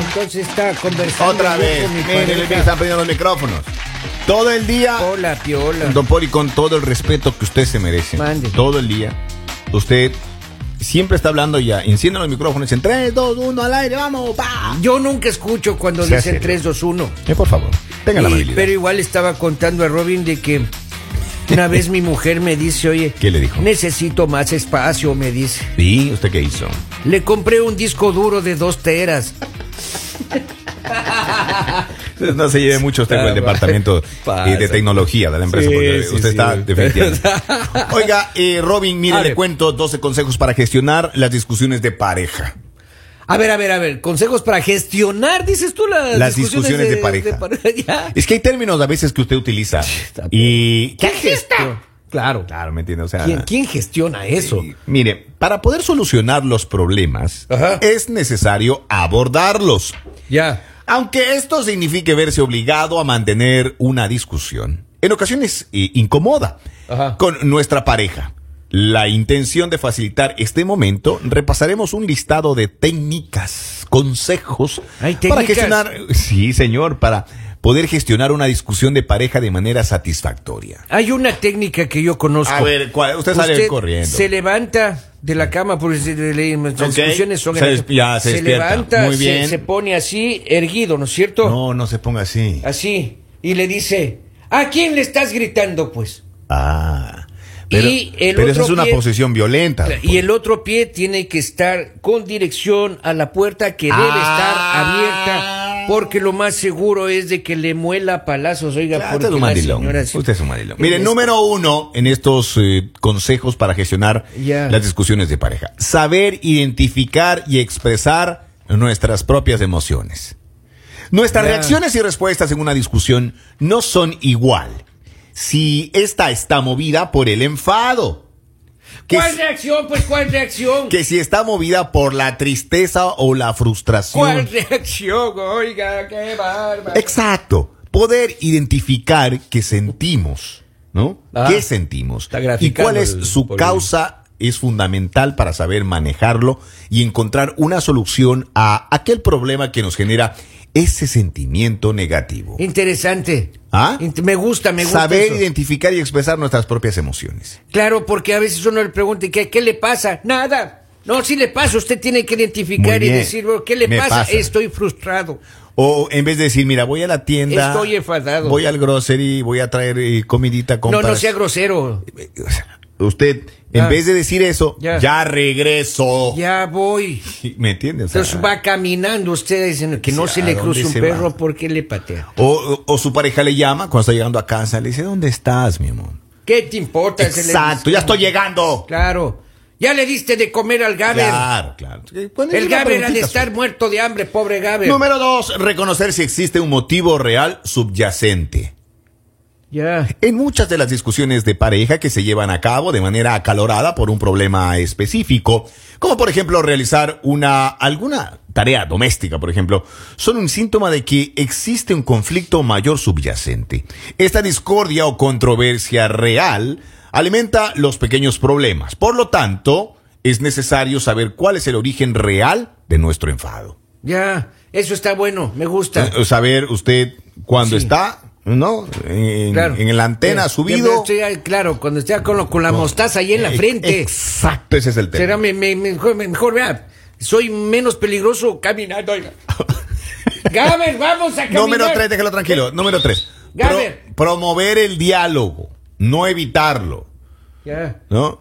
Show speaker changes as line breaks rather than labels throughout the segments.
entonces está conversando.
Otra
yo
vez.
con mi
Miren, le
pareja.
están prendiendo los micrófonos. Todo el día.
Hola, piola.
Don Poli, con todo el respeto que usted se merece,
Mande.
todo el día, usted siempre está hablando ya. Encienden los micrófonos, en 3, 2, 1, al aire, vamos, pa.
Yo nunca escucho cuando
Sea
dicen
serio.
3, 2, 1.
Eh, por favor, tenga la
Y-
amabilidad.
pero igual estaba contando a Robin de que una vez mi mujer me dice, oye,
¿Qué le dijo?
Necesito más espacio, me dice.
¿Y usted qué hizo?
Le compré un disco duro de dos teras.
No se lleve mucho usted con el
Ah,
departamento
pasa.
eh, de tecnología de la empresa,
Sí,
porque
sí,
usted
sí.
está definitivamente. Oiga, eh, Robin, mire,
A
le
ver.
cuento 12 consejos para gestionar las discusiones de pareja.
A ver, a ver, a ver, consejos para gestionar, dices tú, las,
Las discusiones de pareja.
ya.
Es que hay términos a veces que usted utiliza.
Está
Y.
¿Quién gestiona? Claro.
Claro, me entiende, o sea.
¿Quién, quién gestiona eso?
Y, Mire, para poder solucionar los problemas,
Ajá.
es necesario abordarlos.
Ya.
Aunque esto signifique verse obligado a mantener una discusión, en ocasiones eh, incomoda,
Ajá.
con nuestra pareja. La intención de facilitar este momento, repasaremos un listado de técnicas, consejos
Hay
para
técnicas.
gestionar, sí señor, para poder gestionar una discusión de pareja de manera satisfactoria.
Hay una técnica que yo conozco.
A ver, ¿cuál? usted sale corriendo.
Se levanta de la cama, porque se- de- de- las
Ok.
discusiones son.
Se des- ya, se despierta.
levanta,
Muy
se-
bien.
Se, pone así, erguido, ¿no es cierto?
No, no se ponga así.
Así. Y le dice: ¿A quién le estás gritando, pues?
Ah.
Y
Pero,
el
pero esa
otro
es una
pie-
posición violenta.
Y el otro pie tiene que estar con dirección a la puerta que debe estar
Ah.
abierta, porque lo más seguro es de que le muela palazos. Oiga,
Claro,
porque
usted es un
la
mandilón.
señora sí-
Usted es un mandilón. Mire,
Es-
número uno en estos eh, consejos para gestionar
Ya.
las discusiones de pareja. Saber identificar y expresar nuestras propias emociones. Nuestras
Ya.
reacciones y respuestas en una discusión no son igual. Si esta está movida por el enfado. Que,
¿Cuál
si-
reacción? Pues, ¿cuál reacción?
que si está movida por la tristeza o la frustración.
¿Cuál reacción? Oiga, qué bárbaro.
Exacto. Poder identificar qué sentimos, ¿no?
Ah,
¿Qué sentimos?
está
Y
graficando
cuál es
el
su
polígono.
causa es fundamental para saber manejarlo y encontrar una solución a aquel problema que nos genera ese sentimiento negativo.
Interesante.
¿Ah?
Int- Me gusta, me gusta.
Saber
eso.
identificar y expresar nuestras propias emociones.
Claro, porque a veces uno le pregunta, ¿y ¿qué, qué le pasa? Nada. No, si le pasa, usted tiene que
Muy
identificar y
bien.
decir, bueno, ¿qué le
Me
pasa?
pasa.
Estoy frustrado.
O en vez de decir, mira, voy a la tienda.
Estoy enfadado.
Voy al grocery, voy a traer eh, comidita, compras.
No, no sea
oh.
grosero.
O sea, Usted, en
Ya.
vez de decir eso, ya,
Ya.
regreso.
Ya voy.
¿Me entiendes? O, sea,
Entonces va caminando usted diciendo que no
o sea,
se le
¿a
cruce
dónde
un
se
perro
va?
porque le patea.
o- o su pareja le llama cuando está llegando a casa, le dice, ¿dónde estás, mi amor?
¿Qué te importa? Se le
Exacto,
dice.
ya estoy llegando.
Claro. Ya le diste de comer al Gaber.
Claro, claro. Cuando es
El
una
Gaber era
preguntita,
de
pues.
estar
su-
muerto de hambre, pobre Gaber.
Número dos, reconocer si existe un motivo real subyacente.
Ya.
En muchas de las discusiones de pareja que se llevan a cabo de manera acalorada por un problema específico, como por ejemplo realizar una alguna tarea doméstica, por ejemplo, son un síntoma de que existe un conflicto mayor subyacente. Esta discordia o controversia real alimenta los pequeños problemas. Por lo tanto, es necesario saber cuál es el origen real de nuestro enfado.
Ya, eso está bueno, me gusta.
Eh, Saber usted cuándo
Sí.
está, ¿no? En,
Claro.
en la antena
Eh,
subido.
sí, ah, claro, cuando esté con, lo- con la mostaza ahí en la
Eh,
frente.
Exacto, ese es el tema.
Será me- me- mejor, mejor, vea. Soy menos peligroso caminando. oiga. Gaber, vamos a caminar.
Número tres, déjalo tranquilo. Número tres.
Gaber.
Pro- promover el diálogo, no evitarlo,
Ya.
¿no?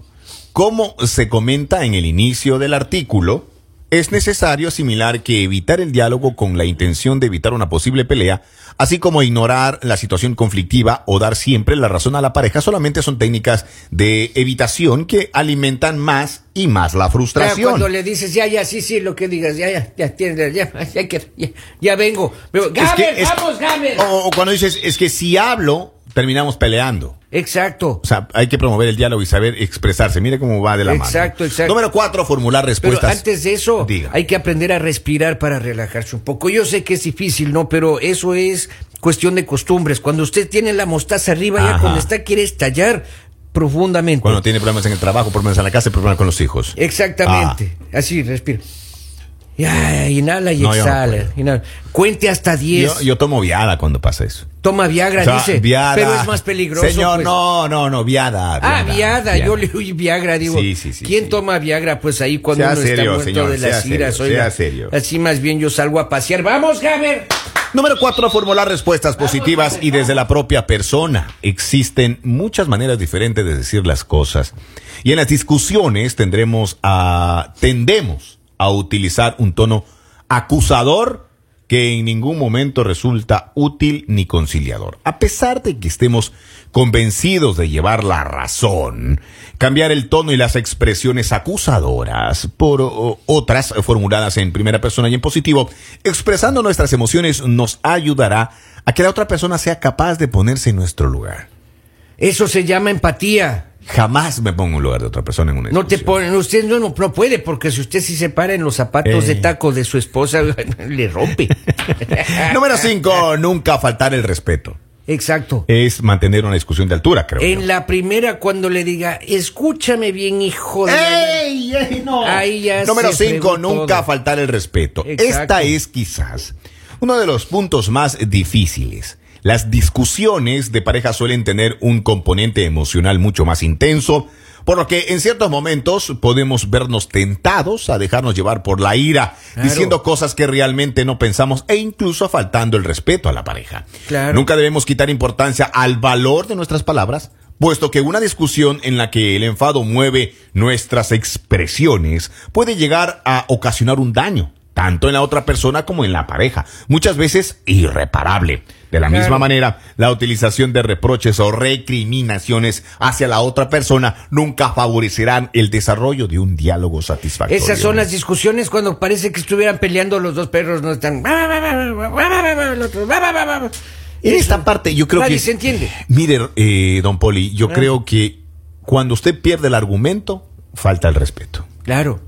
Como se comenta en el inicio del artículo, es necesario asimilar que evitar el diálogo con la intención de evitar una posible pelea, así como ignorar la situación conflictiva o dar siempre la razón a la pareja, solamente son técnicas de evitación que alimentan más y más la
Ya,
frustración.
cuando le dices, ya, ya, sí, sí, lo que digas, ya, ya, ya, tienes, ya, ya, que- ya, ya vengo. Pero,
Es que
Gaber,
es- Oh.
vamos, Gaber.
O, o cuando dices, es que si hablo, terminamos peleando.
Exacto.
O sea, hay que promover el diálogo y saber expresarse. Mire cómo va de la mano.
Exacto, exacto.
Número cuatro, formular
Pero
respuestas.
antes de eso,
Diga.
hay que aprender a respirar para relajarse un poco. Yo sé que es difícil, ¿no? Pero eso es cuestión de costumbres. Cuando usted tiene la mostaza arriba,
Ajá.
ya cuando está quiere estallar profundamente.
Cuando tiene problemas en el trabajo, problemas en la casa, y problemas con los hijos.
Exactamente. Así, respira. Ya, inhala y
Ah. No, yo no
exhala.
puedo.
inhala. Cuente hasta 10.
Yo, yo tomo viada cuando pasa eso.
Toma Viagra,
O sea,
dice.
viada.
Pero es más peligroso.
Señor,
pues.
no, no, no, viada.
Ah, viada, yo le oí Viagra, digo.
Sí, sí, sí,
¿Quién
sí.
toma Viagra? Pues ahí cuando
Sea
uno está
serio,
muerto
señor,
de las
sea
iras.
serio,
oiga.
sea serio.
Así más bien yo salgo a pasear. ¡Vamos, Gaber!
Número cuatro, formular respuestas positivas y desde la propia persona. Existen muchas maneras diferentes de decir las cosas. Y en las discusiones tendremos a, tendemos a utilizar un tono acusador que en ningún momento resulta útil ni conciliador. A pesar de que estemos convencidos de llevar la razón, cambiar el tono y las expresiones acusadoras por o, otras formuladas en primera persona y en positivo, expresando nuestras emociones nos ayudará a que la otra persona sea capaz de ponerse en nuestro lugar.
Eso se llama empatía.
Jamás me pongo en lugar de otra persona en una
No te
discusión.
ponen, usted no, no, no puede, porque si usted sí se para en los zapatos
Eh.
de taco de su esposa, le rompe.
Número 5. Nunca faltar el respeto.
Exacto.
Es mantener una discusión de altura, creo. yo.
En la primera, cuando le diga, escúchame bien, hijo de.
¡Ey! ¡Ey! No.
Ahí ya
Número
se
5,
fregó
nunca
todo.
faltar el respeto.
Exacto.
Esta es quizás uno de los puntos más difíciles. Las discusiones de pareja suelen tener un componente emocional mucho más intenso, por lo que en ciertos momentos podemos vernos tentados a dejarnos llevar por la ira,
Claro.
diciendo cosas que realmente no pensamos e incluso faltando el respeto a la pareja.
Claro.
Nunca Nunca debemos quitar importancia al valor de nuestras palabras, puesto que una discusión en la que el enfado mueve nuestras expresiones puede llegar a ocasionar un daño, tanto en la otra persona como en la pareja, muchas veces irreparable. De la
Claro.
misma manera, la utilización de reproches o recriminaciones hacia la otra persona nunca favorecerán el desarrollo de un diálogo satisfactorio.
Esas son las discusiones cuando parece que estuvieran peleando los dos perros, no están. el otro,
En esta parte yo creo
Nadie
que...
se entiende. Ah.
Mire, eh, don Poli, yo creo que cuando usted pierde el argumento, falta el respeto.
Claro.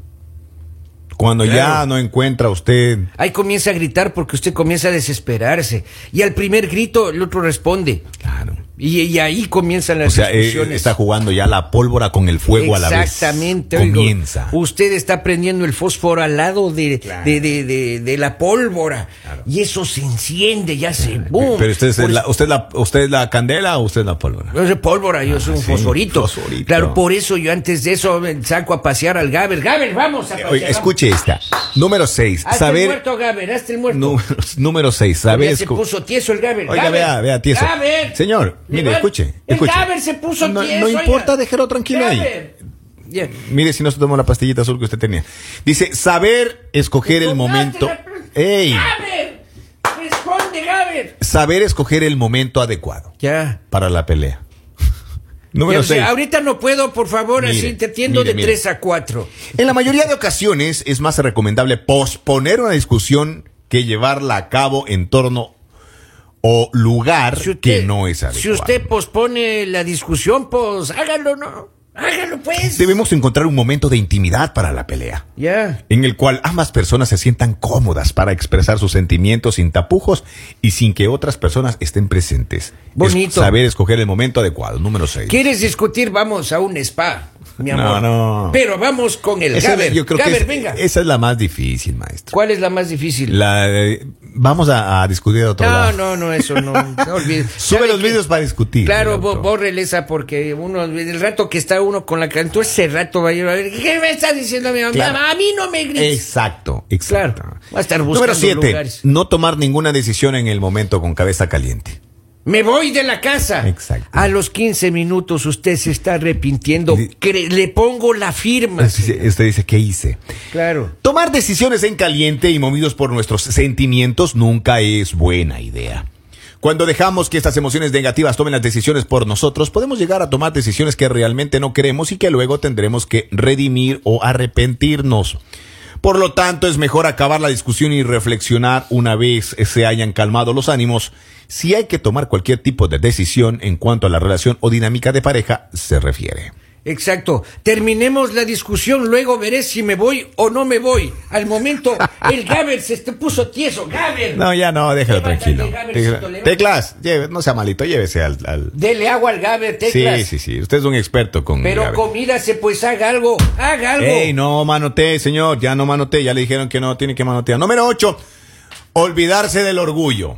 Cuando ya
Claro.
no encuentra usted...
Ahí comienza a gritar porque usted comienza a desesperarse. Y al primer grito, el otro responde.
Claro.
Y, y ahí comienzan
O
las
sea, eh,
discusiones.
está jugando ya la pólvora con el fuego a la vez.
Exactamente. oigo.
Comienza.
Usted está prendiendo el fósforo al lado de,
Claro.
de, de- de- de la pólvora. Y eso se enciende, ya se.
Ah,
¡boom! Pues-
Pero usted es,
Por-
la, usted, es la, usted es la candela o usted es la pólvora.
No es de pólvora, yo soy un
Ah, sí,
fosforito.
fosforito.
Claro, por eso yo antes de eso me saco a pasear al Gaber. Gaber, vamos a pasear.
Eh, Oye, escuche esta. Número 6.
Hazte el
Saber...
Ah, muerto, Gaber, hazte el muerto.
Número- Número 6.
Ya
Saber...
se
escu-
puso tieso el Gaber.
Oiga,
Gaber,
vea, vea, tieso.
Gaber.
Señor, mire,
Gaber,
escuche,
El
escuche.
Gaber se puso
No- no
tieso. oiga.
importa, déjelo tranquilo ahí.
Gaber. Ya.
Mire si no se tomó la pastillita azul que usted tenía. Dice, saber escoger el momento. ¡Ey!
¡Gaber! ¡Responde, Gaber!
Saber escoger el momento adecuado
Ya.
para la pelea.
Ya,
Número
o sea,
6.
ahorita no puedo, por favor, así
Mire,
te atiendo
mire,
de
mire.
3 a 4.
En la mayoría de ocasiones es más recomendable posponer una discusión que llevarla a cabo en torno o lugar
Si usted-
que no es adecuado.
Si usted pospone la discusión, pues hágalo, ¿no? Hágalo, pues.
Debemos encontrar un momento de intimidad para la pelea.
Ya.
en el cual ambas personas se sientan cómodas para expresar sus sentimientos sin tapujos y sin que otras personas estén presentes.
Bonito.
Es saber escoger el momento adecuado. Número 6.
¿Quieres discutir? Vamos a un spa, mi
No,
amor.
no.
Pero vamos con el Gaber.
yo creo
Gaber,
que es-
venga.
esa es la más difícil, maestro.
¿Cuál es la más difícil?
La, eh, vamos a, a discutir de otro
No,
lado.
no, no, eso no. no olvides.
Sube
¿Sabe
los
qué?
vídeos para discutir.
Claro,
doctor.
bo- bórrele esa porque uno, el rato que está uno con la cantura, ese rato va a llevar. ¿Qué me está diciendo mi mamá?
Claro.
A mí no me grites.
Exacto, exacto.
Claro, va a estar
Número
buscando
7.
lugares.
No tomar ninguna decisión en el momento con cabeza caliente.
Me voy de la casa.
Exacto.
A los 15 minutos usted se está arrepintiendo.
Sí.
Cre- le pongo la firma.
Usted dice, ¿qué hice?
Claro.
Tomar decisiones en caliente y movidos por nuestros sentimientos nunca es buena idea. Cuando dejamos que estas emociones negativas tomen las decisiones por nosotros, podemos llegar a tomar decisiones que realmente no queremos y que luego tendremos que redimir o arrepentirnos. Por lo tanto, es mejor acabar la discusión y reflexionar una vez se hayan calmado los ánimos. Si hay que tomar cualquier tipo de decisión en cuanto a la relación o dinámica de pareja se refiere.
Exacto. Terminemos la discusión, luego veré si me voy o no me voy. Al momento, el Gaber se te puso tieso. Gaber.
No, ya no, déjalo
Levántate,
tranquilo.
Gabercito, levántate.
Teclas, lleve- no sea malito, llévese al... al-
Dele agua al Gaber, teclas.
Sí, sí, sí. Usted es un experto con...
Pero
Gaber.
comídase, pues haga algo. Haga algo.
Ey, no manote, señor, ya no manote, ya le dijeron que no tiene que manotear. Número 8, olvidarse del orgullo.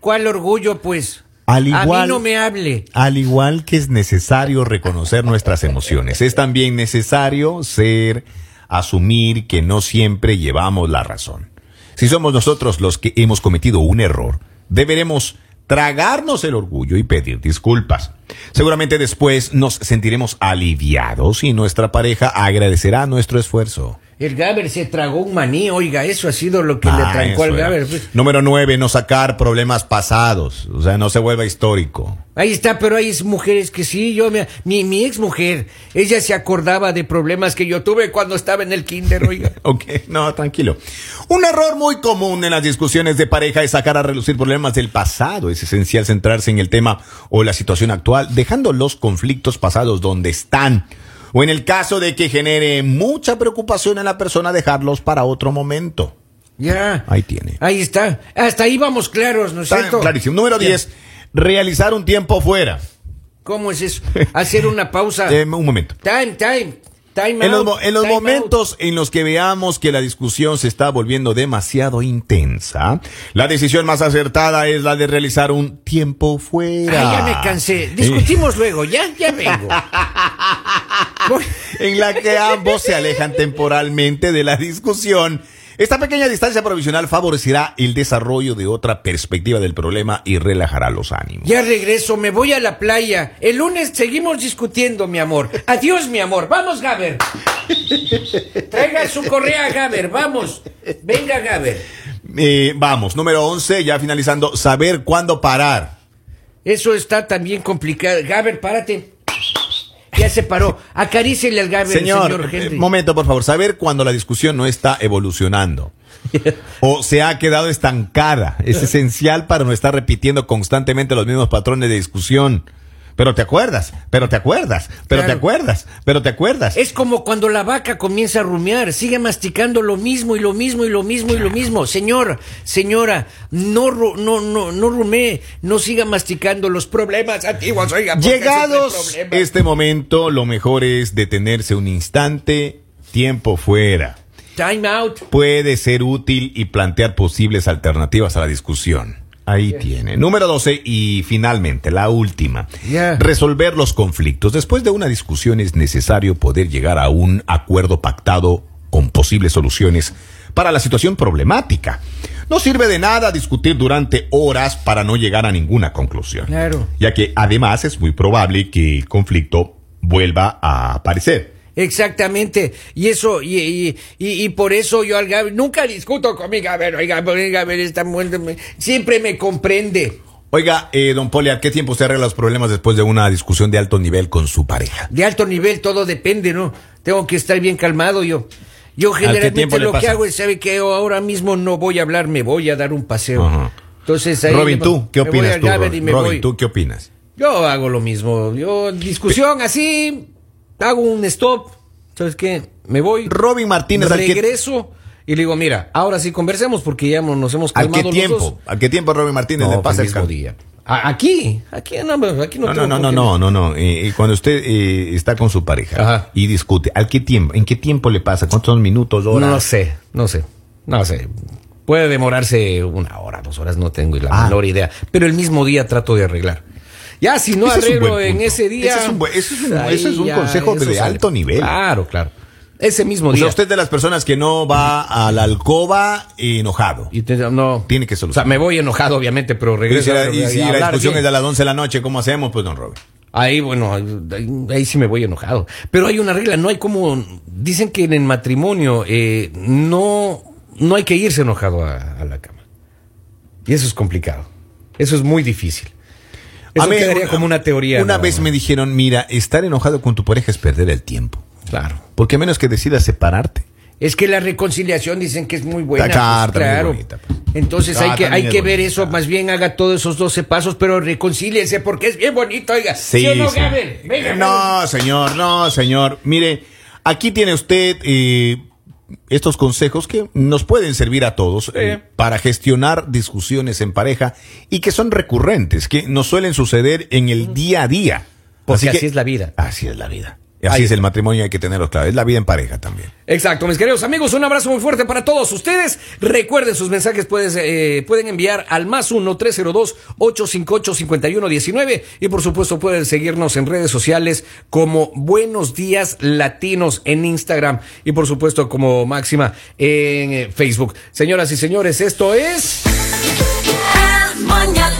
¿Cuál orgullo, pues?
Al
A mí
igual-
no me hable.
Al igual que es necesario reconocer nuestras emociones, es también necesario ser, asumir que no siempre llevamos la razón. Si somos nosotros los que hemos cometido un error, deberemos tragarnos el orgullo y pedir disculpas. Seguramente después nos sentiremos aliviados y nuestra pareja agradecerá nuestro esfuerzo.
El Gaber se tragó un maní, oiga, eso ha sido lo que
Ah,
le trancó al
eso era.
Gaber. pues.
Número nueve, no sacar problemas pasados. O sea, no se vuelva histórico.
Ahí está, pero hay mujeres que sí, yo me... Ni mi ex mujer, ella se acordaba de problemas que yo tuve cuando estaba en el kinder, oiga.
Ok, no, tranquilo. Un error muy común en las discusiones de pareja es sacar a relucir problemas del pasado. Es esencial centrarse en el tema o la situación actual, dejando los conflictos pasados donde están. O en el caso de que genere mucha preocupación en la persona, dejarlos para otro momento.
Ya.
Ahí tiene.
Ahí está. Hasta ahí vamos claros, ¿no es
Está
cierto?
clarísimo. Número
Bien.
10, realizar un tiempo fuera.
¿Cómo es eso? Hacer una pausa.
Eh, un momento.
Time, time. Time
En los,
out,
mo- en los
time out.
momentos en los que veamos que la discusión se está volviendo demasiado intensa, la decisión más acertada es la de realizar un tiempo fuera.
Ay, ya me cansé. Discutimos luego, ya, ya vengo. Voy-
en la que ambos se alejan temporalmente de la discusión. Esta pequeña distancia provisional favorecerá el desarrollo de otra perspectiva del problema y relajará los ánimos.
Ya regreso, me voy a la playa. El lunes seguimos discutiendo, mi amor. Adiós, mi amor. Vamos, Gaber. Traiga su correa, Gaber. Vamos. Venga, Gaber.
Eh, vamos, número 11, ya finalizando, saber cuándo parar.
Eso está también complicado. Gaber, párate. Ya se paró. Acarícele al Gaber,
Señor,
señor,
eh,
Henry.
momento, por favor. Saber cuando la discusión no está evolucionando o se ha quedado estancada es esencial para no estar repitiendo constantemente los mismos patrones de discusión. Pero te acuerdas, pero te acuerdas, pero te
Claro.
acuerdas, pero te acuerdas.
Es como cuando la vaca comienza a rumiar, sigue masticando lo mismo y lo mismo y lo mismo y lo mismo. Señor, señora, no ru- no no no rumee, no siga masticando los problemas antiguos, oiga. porque
Llegados
ese es el problema.
este momento, lo mejor es detenerse un instante, tiempo fuera.
time out.
puede ser útil y plantear posibles alternativas a la discusión. Ahí tiene. Número 12 y finalmente, la última.
Ya.
Resolver los conflictos. Después de una discusión es necesario poder llegar a un acuerdo pactado con posibles soluciones para la situación problemática. No sirve de nada discutir durante horas para no llegar a ninguna conclusión.
Claro.
Ya que además es muy probable que el conflicto vuelva a aparecer.
Exactamente, y eso, y, y, y, y por eso yo al Gabriel, nunca discuto con mi Gabriel, oiga, porque Gabriel está muerto, me- siempre me comprende.
Oiga, eh, don Poli, ¿a qué tiempo se arregla los problemas después de una discusión de alto nivel con su pareja?
de alto nivel todo depende, ¿no? Tengo que estar bien calmado yo. Yo
qué tiempo
generalmente
le
lo que
pasa?
hago es, ¿sabe que Ahora mismo no voy a hablar, me voy a dar un paseo.
Ajá.
Entonces ahí
Robin,
me-
¿tú qué
me voy
opinas
al
tú?
Gaber
Robin?
y me
Robin,
voy.
¿tú qué opinas?
Yo hago lo mismo. Yo, discusión así, hago un stop. ¿Sabes qué? Me voy.
Robin Martínez, ¿al qué,
regreso y le digo, mira, ahora sí conversemos porque ya nos hemos
al qué
calmado los dos.
tiempo? ¿Al qué tiempo Robin Martínez
No,
le pasa
fue
el
el mismo
cam-
día. A- Aquí, aquí no, aquí
No,
no
no, no,
tengo con
no,
qué-
no, no, no. Eh, eh, cuando usted eh, está con su pareja
Ajá.
y discute, ¿al qué tiempo? ¿En qué tiempo le pasa? ¿Cuántos minutos, horas?
No sé, no sé, no sé. Puede demorarse una hora, dos horas, no tengo la
Ah.
menor idea. Pero el mismo día trato de arreglar. Ya, si no
Ese es un
arreglo
buen
en
punto.
ese día. pues,
Ese es un buen- ese es un-
ahí
ese es un
ya,
consejo
eso
de
sale.
alto nivel.
Claro, claro. Ese mismo
O
día.
sea, usted es de las personas que no va a la alcoba enojado.
Y te- no.
Tiene que
O sea,
solucionar.
me voy enojado, obviamente, pero
Y si
regreso.
la,
a-
y si
a
la
hablar
discusión
bien.
es a las 11 de la noche, ¿cómo hacemos? Pues, don Robin.
Ahí, bueno, ahí, ahí sí me voy enojado. Pero hay una regla, no hay como... Dicen que en el matrimonio eh, no, no hay que irse enojado a, a la cama. Y eso es complicado. Eso es muy difícil. Eso
A mí,
quedaría como una teoría.
Una
¿no?
vez me dijeron, mira, estar enojado con tu pareja es perder el tiempo.
Claro.
Porque a menos que decidas separarte.
Es que la reconciliación dicen que es muy buena.
La carta
pues,
muy
claro.
bonita, pues.
Entonces
Ah,
hay que, hay
también es
que ver
bonita.
eso, más bien haga todos esos 12 pasos, pero reconcíliense porque es bien bonito, oiga.
Sí,
o no,
sí.
Gabriel? Venga,
no, señor, no, señor. Mire, aquí tiene usted eh, estos consejos que nos pueden servir a todos eh, para gestionar discusiones en pareja y que son recurrentes, que nos suelen suceder en el día a día.
Porque
que-
así es la vida.
Así es la vida. Y Así
Ahí.
es el matrimonio, hay que tenerlo claro. Es la vida en pareja también.
Exacto, mis queridos amigos, un abrazo muy fuerte para todos ustedes. Recuerden sus mensajes, puedes, eh, pueden enviar al más 1-302-858-5119 y por supuesto pueden seguirnos en redes sociales como Buenos Días Latinos en Instagram y por supuesto como Máxima en eh, Facebook. Señoras y señores, esto es...
El mañanero